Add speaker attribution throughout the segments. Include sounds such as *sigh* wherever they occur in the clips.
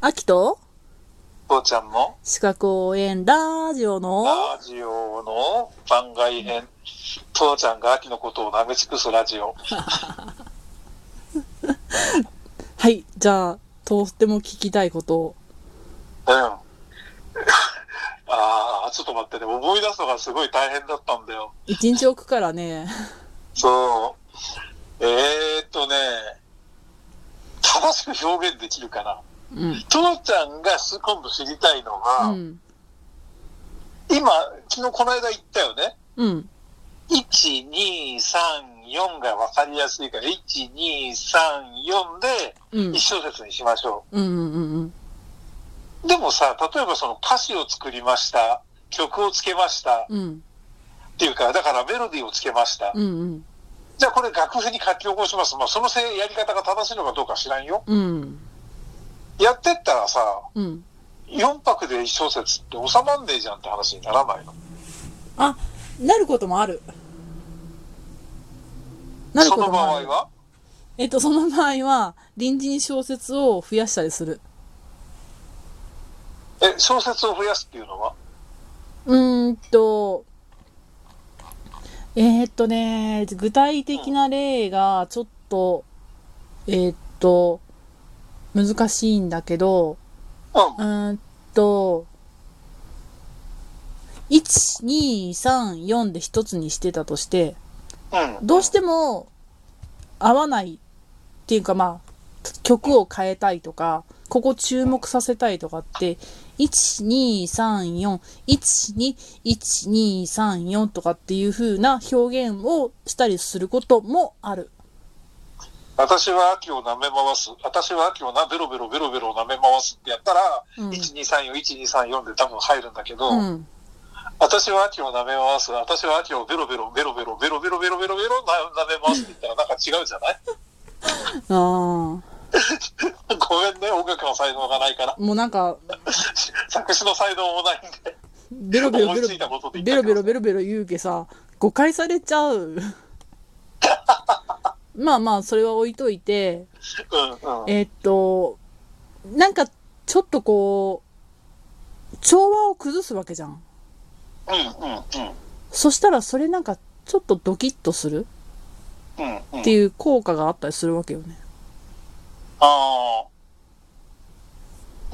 Speaker 1: アキと
Speaker 2: 父ちゃんも
Speaker 1: 四角応援ラジオの
Speaker 2: ラジオの番外編。父ちゃんが秋のことを舐め尽くすラジオ。
Speaker 1: はい、じゃあ、とっても聞きたいことを。
Speaker 2: うん。 *laughs* ああ、ちょっと待ってね。思い出すのがすごい大変だったんだよ。
Speaker 1: 一日置くからね。
Speaker 2: そう。えー、っとね、正しく表現できるかな。
Speaker 1: うん。
Speaker 2: 父ちゃんがす今度知りたいの
Speaker 1: う
Speaker 2: が、
Speaker 1: ん。
Speaker 2: 今、昨日この間言ったよね。
Speaker 1: うん。
Speaker 2: 1、2、3、4が分かりやすいから、1、2、3、4で
Speaker 1: うん
Speaker 2: 一。小節にしましょう。
Speaker 1: うん。うん。うん。
Speaker 2: でもさ、例えばその歌詞を作りました、曲をつけました
Speaker 1: うん。うん。
Speaker 2: っていうか、だからメロディーをつけました。
Speaker 1: うん。
Speaker 2: じゃあこれ楽譜に書き起こします。まあそのせいやり方が正しいのかどうか知らんよ。
Speaker 1: うん。
Speaker 2: やってったらさ、
Speaker 1: うん。
Speaker 2: 4拍で1小節って収まんねえじゃんって話にならないの。
Speaker 1: あ、なることもある。なる
Speaker 2: そ
Speaker 1: こ
Speaker 2: の
Speaker 1: と
Speaker 2: 場
Speaker 1: もあ
Speaker 2: 合
Speaker 1: る。
Speaker 2: は
Speaker 1: えっと、その場合は、隣人小説を増やしたりする。
Speaker 2: え、小節を増やすっていうのは
Speaker 1: うーんと、えー、っとね、具体的な例がちょっと、えー、っと、難しいんだけど、う
Speaker 2: うん。
Speaker 1: ーんと、1、2、3、4で一つにしてたとして、
Speaker 2: うん。
Speaker 1: どうしても合わないっていうかまあ、曲を変えたいとか、ここ注目させたいとかって、1,2,3,4,1,2,1,2,3,4とかっていう風な表現をしたりすることもある。
Speaker 2: 私は秋を舐め回す。私は秋をな、ベロベロベロベロ舐め回すってやったら、
Speaker 1: うん
Speaker 2: 1234、1234で多分入るんだけど、
Speaker 1: うん。
Speaker 2: 私は秋を舐め回す。私は秋をベロベロベロベロベロベロベロベロベロな舐め回すって言ったらなんか違うじゃない
Speaker 1: ああ。
Speaker 2: ごめんね、音楽の才能がないから。
Speaker 1: もうなんか、
Speaker 2: 作詞の才能もないんで。
Speaker 1: ベロベロベロ、
Speaker 2: 思いついたことで
Speaker 1: ベ
Speaker 2: 言っ
Speaker 1: ロ
Speaker 2: たけ
Speaker 1: ベ
Speaker 2: ど
Speaker 1: ロベロベロ言うけさ、誤解されちゃ *laughs* う。まあまあ、それは置いといて、
Speaker 2: うんうん。
Speaker 1: えーっと、なんか、ちょっとこう、調和を崩すわけじゃん。
Speaker 2: う
Speaker 1: そしたら、それなんか、ちょっとドキッとする
Speaker 2: んうんうん。うんうん。
Speaker 1: っていう効果があったりするわけよね。
Speaker 2: ああ。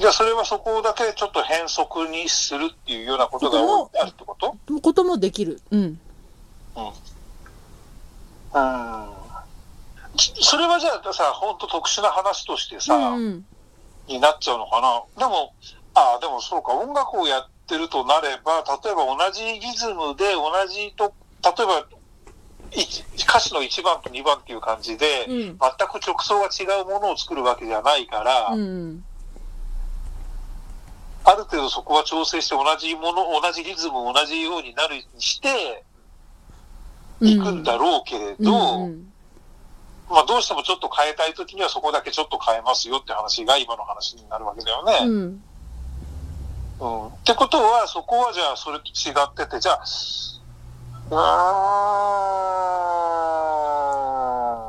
Speaker 2: じゃあそれはそこだけちょっと変則にするっていうようなことが多いあるってこと
Speaker 1: こともできる。うん。
Speaker 2: うん。ちそれはじゃあさ、ほんと特殊な話として
Speaker 1: う
Speaker 2: さ、
Speaker 1: んうん。
Speaker 2: になっちゃうのかな。でも、ああ、でもそうか、音楽をやってるとなれば、例えば同じリズムで同じと、例えば、一歌詞の1番と2番っていう感じで、
Speaker 1: うん
Speaker 2: 全く曲奏が違うものを作るわけじゃないから、
Speaker 1: うん。
Speaker 2: ある程度そこは調整して同じもの、同じリズム、同じようになるようにして
Speaker 1: うん。
Speaker 2: いくんだろうけれど、
Speaker 1: うん
Speaker 2: まあどうしてもちょっと変えたいときにはそこだけちょっと変えますよって話が今の話になるわけだよね。
Speaker 1: うん。
Speaker 2: うんってことは、そこはじゃあ、それと違ってて、じゃあ、うー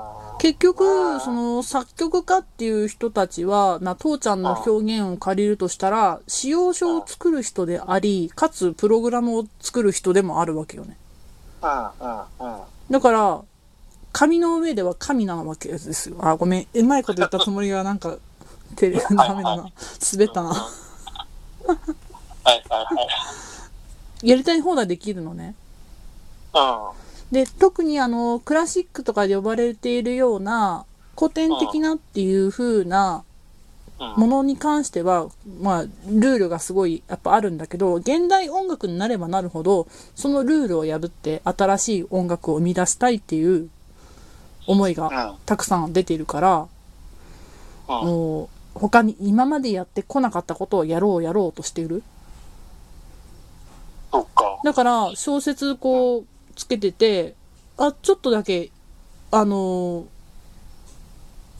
Speaker 2: ん
Speaker 1: 結局、その作曲家っていう人たちは、な、父ちゃんの表現を借りるとしたら、使用書を作る人であり、かつプログラムを作る人でもあるわけよね。
Speaker 2: うん、うん、うん。
Speaker 1: だから、紙の上では神なわけですよ。あ、ごめん。うまいこと言ったつもりがなんか、テレダメだな。滑ったな。
Speaker 2: はい、は
Speaker 1: やりたい放題できるのね。
Speaker 2: い、は
Speaker 1: で、特にあの、クラシックとかで呼ばれているような、古典的なっていう風な
Speaker 2: うん
Speaker 1: ものに関しては、まあ、ルールがすごいやっぱあるんだけど、現代音楽になればなるほど、そのルールを破って新しい音楽を生み出したいっていう思いが
Speaker 2: い。
Speaker 1: たくさん出てるから、
Speaker 2: うん、うん。
Speaker 1: もう、他に今までやってこなかったことをやろうやろうとしている。
Speaker 2: そっか。
Speaker 1: だから、小説こう、つけてて、あ、ちょっとだけ、あの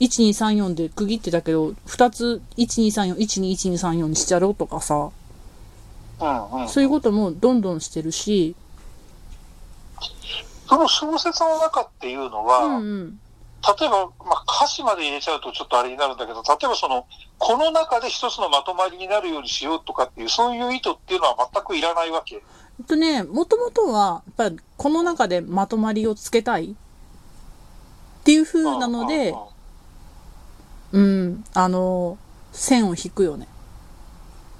Speaker 1: ー、1234で区切ってたけど、2つ、1234、121234にしちゃろうとかさ、
Speaker 2: うん、うん。
Speaker 1: そういうこともどんどんしてるし、
Speaker 2: その小説の中っていうの
Speaker 1: う
Speaker 2: は、
Speaker 1: んうん。
Speaker 2: 例えば、まあ、歌詞まで入れちゃうとちょっとあれになるんだけど、例えばその、この中で一つのまとまりになるようにしようとかっていう、そういう意図っていうのは全くいらないわけ。
Speaker 1: えっとね、もともとは、やっぱりこの中でまとまりをつけたいっていう風なので
Speaker 2: うんうん、うん
Speaker 1: うん、あの、線を引くよね。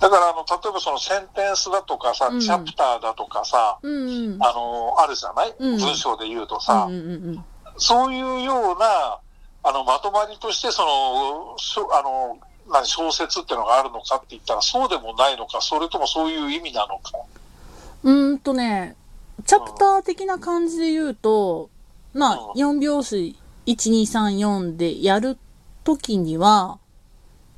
Speaker 2: だから、あの、例えばそのセンテンスだとかさ、
Speaker 1: うん
Speaker 2: チャプターだとかさ、
Speaker 1: うんうん。
Speaker 2: あの、あるじゃない、
Speaker 1: うん
Speaker 2: 文章で言うとさ、
Speaker 1: うんうんうんうん。
Speaker 2: そういうような、あの、まとまりとして、その、しょあの、何、小説ってのがあるのかって言ったら、そうでもないのか、それともそういう意味なのか。
Speaker 1: うーんとね、チャプター的な感じで言うと、まあ、
Speaker 2: う
Speaker 1: 4拍子、1234でやるときには、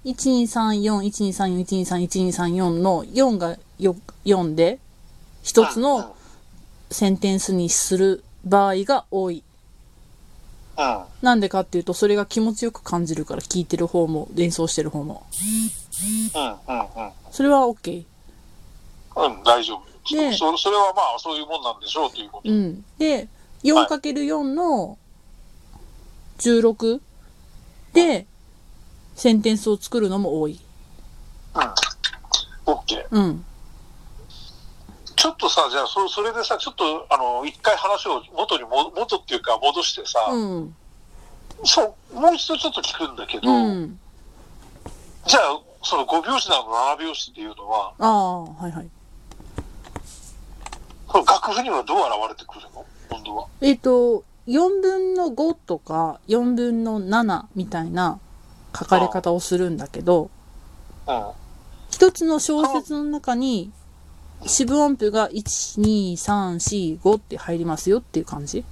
Speaker 1: 1234、1234、1234、1234の4がよ4で、一つ
Speaker 2: うん
Speaker 1: のセンテンスにする場合が多い。
Speaker 2: うん。うん
Speaker 1: なんでかっていうと、それが気持ちよく感じるから、聞いてる方も、連想してる方も。
Speaker 2: う
Speaker 1: それは OK。
Speaker 2: ん、うん、うん、大丈夫。
Speaker 1: ねえ
Speaker 2: そそれはまあ、そういうもんなんでしょうというこ
Speaker 1: う
Speaker 2: と。
Speaker 1: ん。で、4×4 の16で、センテンスを作るのも多い。
Speaker 2: オッケー。
Speaker 1: うん。
Speaker 2: ちょっとさ、じゃあ、そそれでさ、ちょっと、あの、一回話を元にも、元っていうか、戻してさ、
Speaker 1: うん。
Speaker 2: そう、もう一度ちょっと聞くんだけど、
Speaker 1: うん。
Speaker 2: じゃあ、その5拍子なの7拍子っていうのは、
Speaker 1: ああ、はいはい。
Speaker 2: この楽譜にはどう現れてくるの今度は。
Speaker 1: えっ、と、4分の5とか4分の7みたいな書かれ方をするんだけど、
Speaker 2: うん。
Speaker 1: 一つの小説の中に四分音符が1、2、3、4、5って入りますよっていう感じ。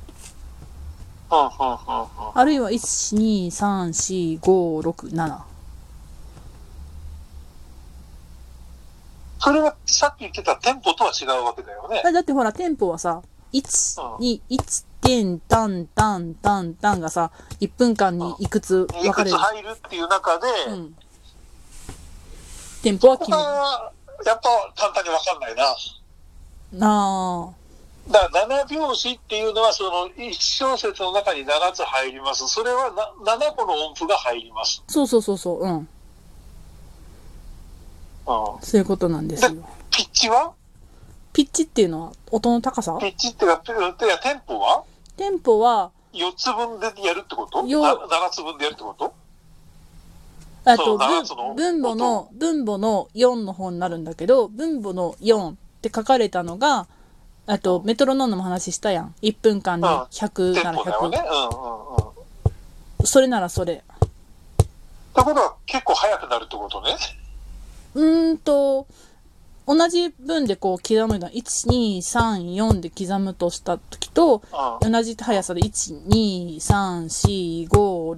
Speaker 2: うん、うん、うん、うん。
Speaker 1: あるいは1、2、3、4、5、6、7。
Speaker 2: それはさっき言ってたテンポとは違うわけだよね。
Speaker 1: だだってほら、テンポはさ、1、2、1点、タン、タン、タン、タンがさ、1分間にいくつ
Speaker 2: い
Speaker 1: 分か
Speaker 2: く
Speaker 1: れ
Speaker 2: つ
Speaker 1: る。
Speaker 2: 入るっていう中で、
Speaker 1: うん。テンポは
Speaker 2: こ
Speaker 1: 決
Speaker 2: こ
Speaker 1: める。
Speaker 2: は、やっぱ簡単にわかんないな。
Speaker 1: あ
Speaker 2: だから7拍子っていうのは、その1小節の中に7つ入ります。それはな7個の音符が入ります。
Speaker 1: ー、そうそうそうそう、うん。
Speaker 2: うん、
Speaker 1: そういうことなんですよ。
Speaker 2: ピッチは
Speaker 1: ピッチっていうのは音の高さ
Speaker 2: ピッチっていうか、てかテンポは
Speaker 1: テンポは、
Speaker 2: 4つ分でやるってこと
Speaker 1: よ
Speaker 2: ?7 つ分でやるってこと
Speaker 1: えっ
Speaker 2: そ
Speaker 1: と、
Speaker 2: う七つの
Speaker 1: 文分母の、分母の4の方になるんだけど、分母の4って書かれたのが、あと、メトロノームの話したやん。1分間に
Speaker 2: テ
Speaker 1: 100
Speaker 2: ン
Speaker 1: なら
Speaker 2: ポだよ
Speaker 1: 100。
Speaker 2: ね。うんうんうん。って
Speaker 1: それならそれ。
Speaker 2: ことは結構速くなるってことね。
Speaker 1: うーんと、同じ分でこう刻むのは、1、2、3、4で刻むとしたときと、
Speaker 2: うん。
Speaker 1: 同じ速さで1、2、3、4、5、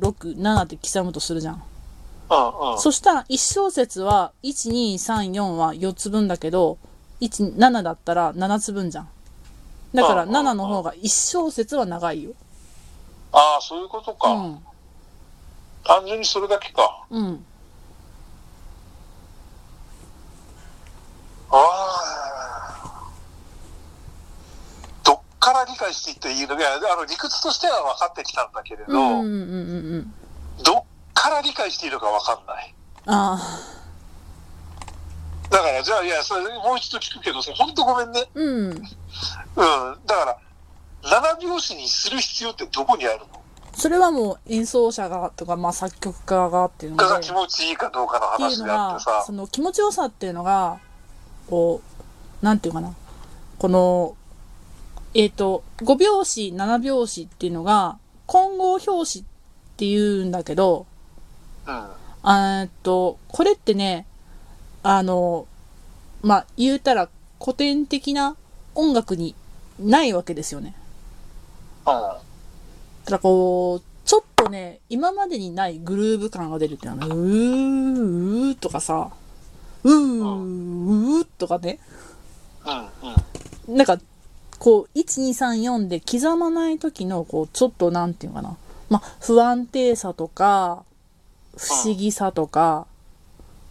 Speaker 1: 6、7で刻むとするじゃん。
Speaker 2: うんうん。
Speaker 1: そしたら1小節は、1、2、3、4は4つ分だけど、1、7だったら7つ分じゃん。だから
Speaker 2: うんうんうん
Speaker 1: 7の方が1小節は長いよ。
Speaker 2: ああ、そういうこと
Speaker 1: う
Speaker 2: か。
Speaker 1: ん。
Speaker 2: 単純にそれだけか。
Speaker 1: うん。
Speaker 2: ああ。どっから理解していっていいのいや、あの、理屈としては分かってきたんだけれ
Speaker 1: うんう
Speaker 2: ど、
Speaker 1: んうんうんうん。
Speaker 2: どっから理解していいのか分かんない。
Speaker 1: ああ。
Speaker 2: だから、じゃあ、いや、それもう一度聞くけどさ、ほんとごめんね。
Speaker 1: うん。
Speaker 2: うん。だから、7拍子にする必要ってどこにあるの
Speaker 1: それはもう演奏者がとか、まあ、作曲家がっていうので
Speaker 2: がが気持ちいいかどうかの
Speaker 1: っていう
Speaker 2: 話
Speaker 1: の
Speaker 2: であって
Speaker 1: が
Speaker 2: さ
Speaker 1: そ。の気持ちよさっていうのがこうなんていうかなこのえっ、と5拍子7拍子っていうのが混合拍子っていうんだけど
Speaker 2: うん。
Speaker 1: あーっとこれってねあのまあ言うたら古典的な音楽にないわけですよね。
Speaker 2: うん。
Speaker 1: だからこう、ちょっとね、今までにないグルーヴ感が出るっていうのは、うー、うーとかさ、うー、うーとかね、
Speaker 2: うん。うん。
Speaker 1: なんか、こう、1、2、3、4で刻まない時の、こう、ちょっとなんていうのかな、まあ、不安定さとか、不思議さとか、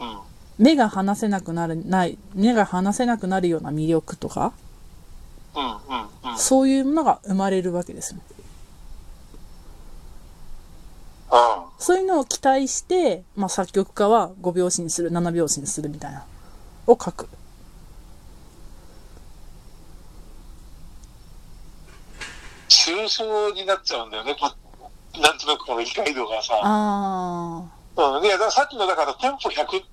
Speaker 2: うん。
Speaker 1: 目が離せなくなる、ない、目が離せなくなるような魅力とか、
Speaker 2: うん。うん。うん。
Speaker 1: そういうものが生まれるわけですよ。
Speaker 2: う
Speaker 1: そういうのを期待して、まあ、作曲家は5拍子にする、7拍子にするみたいな、を書く。
Speaker 2: ん。抽象になっちゃうんだよね。こなんとなくこの理解度がさ。
Speaker 1: あ
Speaker 2: うん。いや、だからさっきの、だから、テンポ100、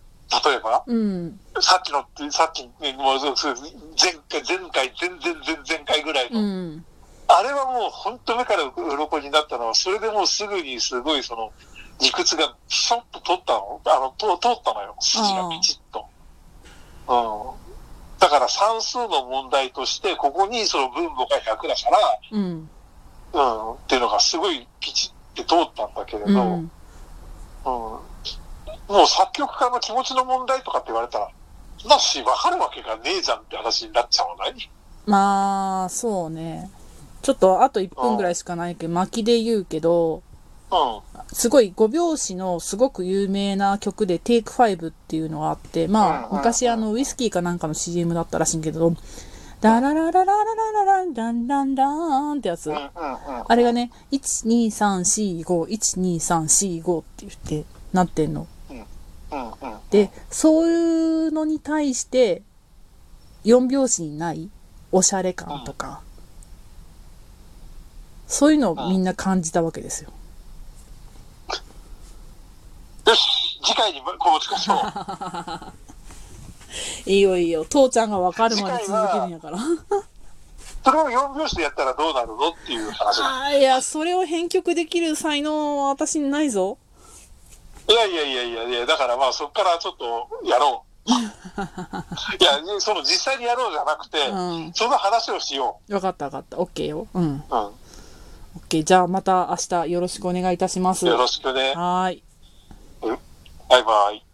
Speaker 2: 例えば、
Speaker 1: ー、うん、
Speaker 2: さっきのって、さっき、ね、もうそうそう前回、前回、前々前々前回ぐらいの、
Speaker 1: うん、
Speaker 2: あれはもう本当目から鱗になったのは、それでもうすぐにすごいその、理屈がピショッと取ったのあの、と通ったのよ。筋がピチッと。うん。だから算数の問題として、ここにその分母が100だか
Speaker 1: うん、
Speaker 2: ら、うん、っていうのがすごいピチッて通ったんだけれど、
Speaker 1: う
Speaker 2: うん。
Speaker 1: ん。
Speaker 2: もう作曲家の気持ちの問題とかって言われたら、そんなし、わかるわけがねえじゃんって話になっちゃわない
Speaker 1: まあ、そうね。ちょっとあと1分ぐらいしかないけど、巻きで言うけど、
Speaker 2: うん。
Speaker 1: すごい5拍子のすごく有名な曲で Take 5っていうのがあって、
Speaker 2: うん
Speaker 1: ま
Speaker 2: う
Speaker 1: あ、
Speaker 2: ん
Speaker 1: 昔あの、ウイスキーかなんかの CM だったらしいんけど、ダラララララララランランランラーンってやつ。
Speaker 2: うんうんうん。
Speaker 1: あれがね、1234512345って言って、なってんの。
Speaker 2: うんうん。
Speaker 1: で、そういうのに対して、4拍子にないおしゃれ感とか、そういうのをみんな感じたわけですよ。
Speaker 2: よし、次回にこうつかそう。
Speaker 1: *laughs* いいよいいよ。父ちゃんがわかるまで続けるんやから。
Speaker 2: それを4拍子でやったらどうなるのっていう話。
Speaker 1: あーいや、それを編曲できる才能は私にないぞ。
Speaker 2: いやいやいやいやいや、だからまあそこからちょっとやろ
Speaker 1: *laughs*
Speaker 2: う。いや、その実際にやろうじゃなくて、
Speaker 1: うん
Speaker 2: その話をしよ
Speaker 1: わかったわかった。オッケーよ。うん。
Speaker 2: う。う
Speaker 1: オ
Speaker 2: ん。
Speaker 1: ッケー。じゃあまた明日よろしくお願いいたします。
Speaker 2: よろ
Speaker 1: は
Speaker 2: しくね。
Speaker 1: ーい。
Speaker 2: バイバイ。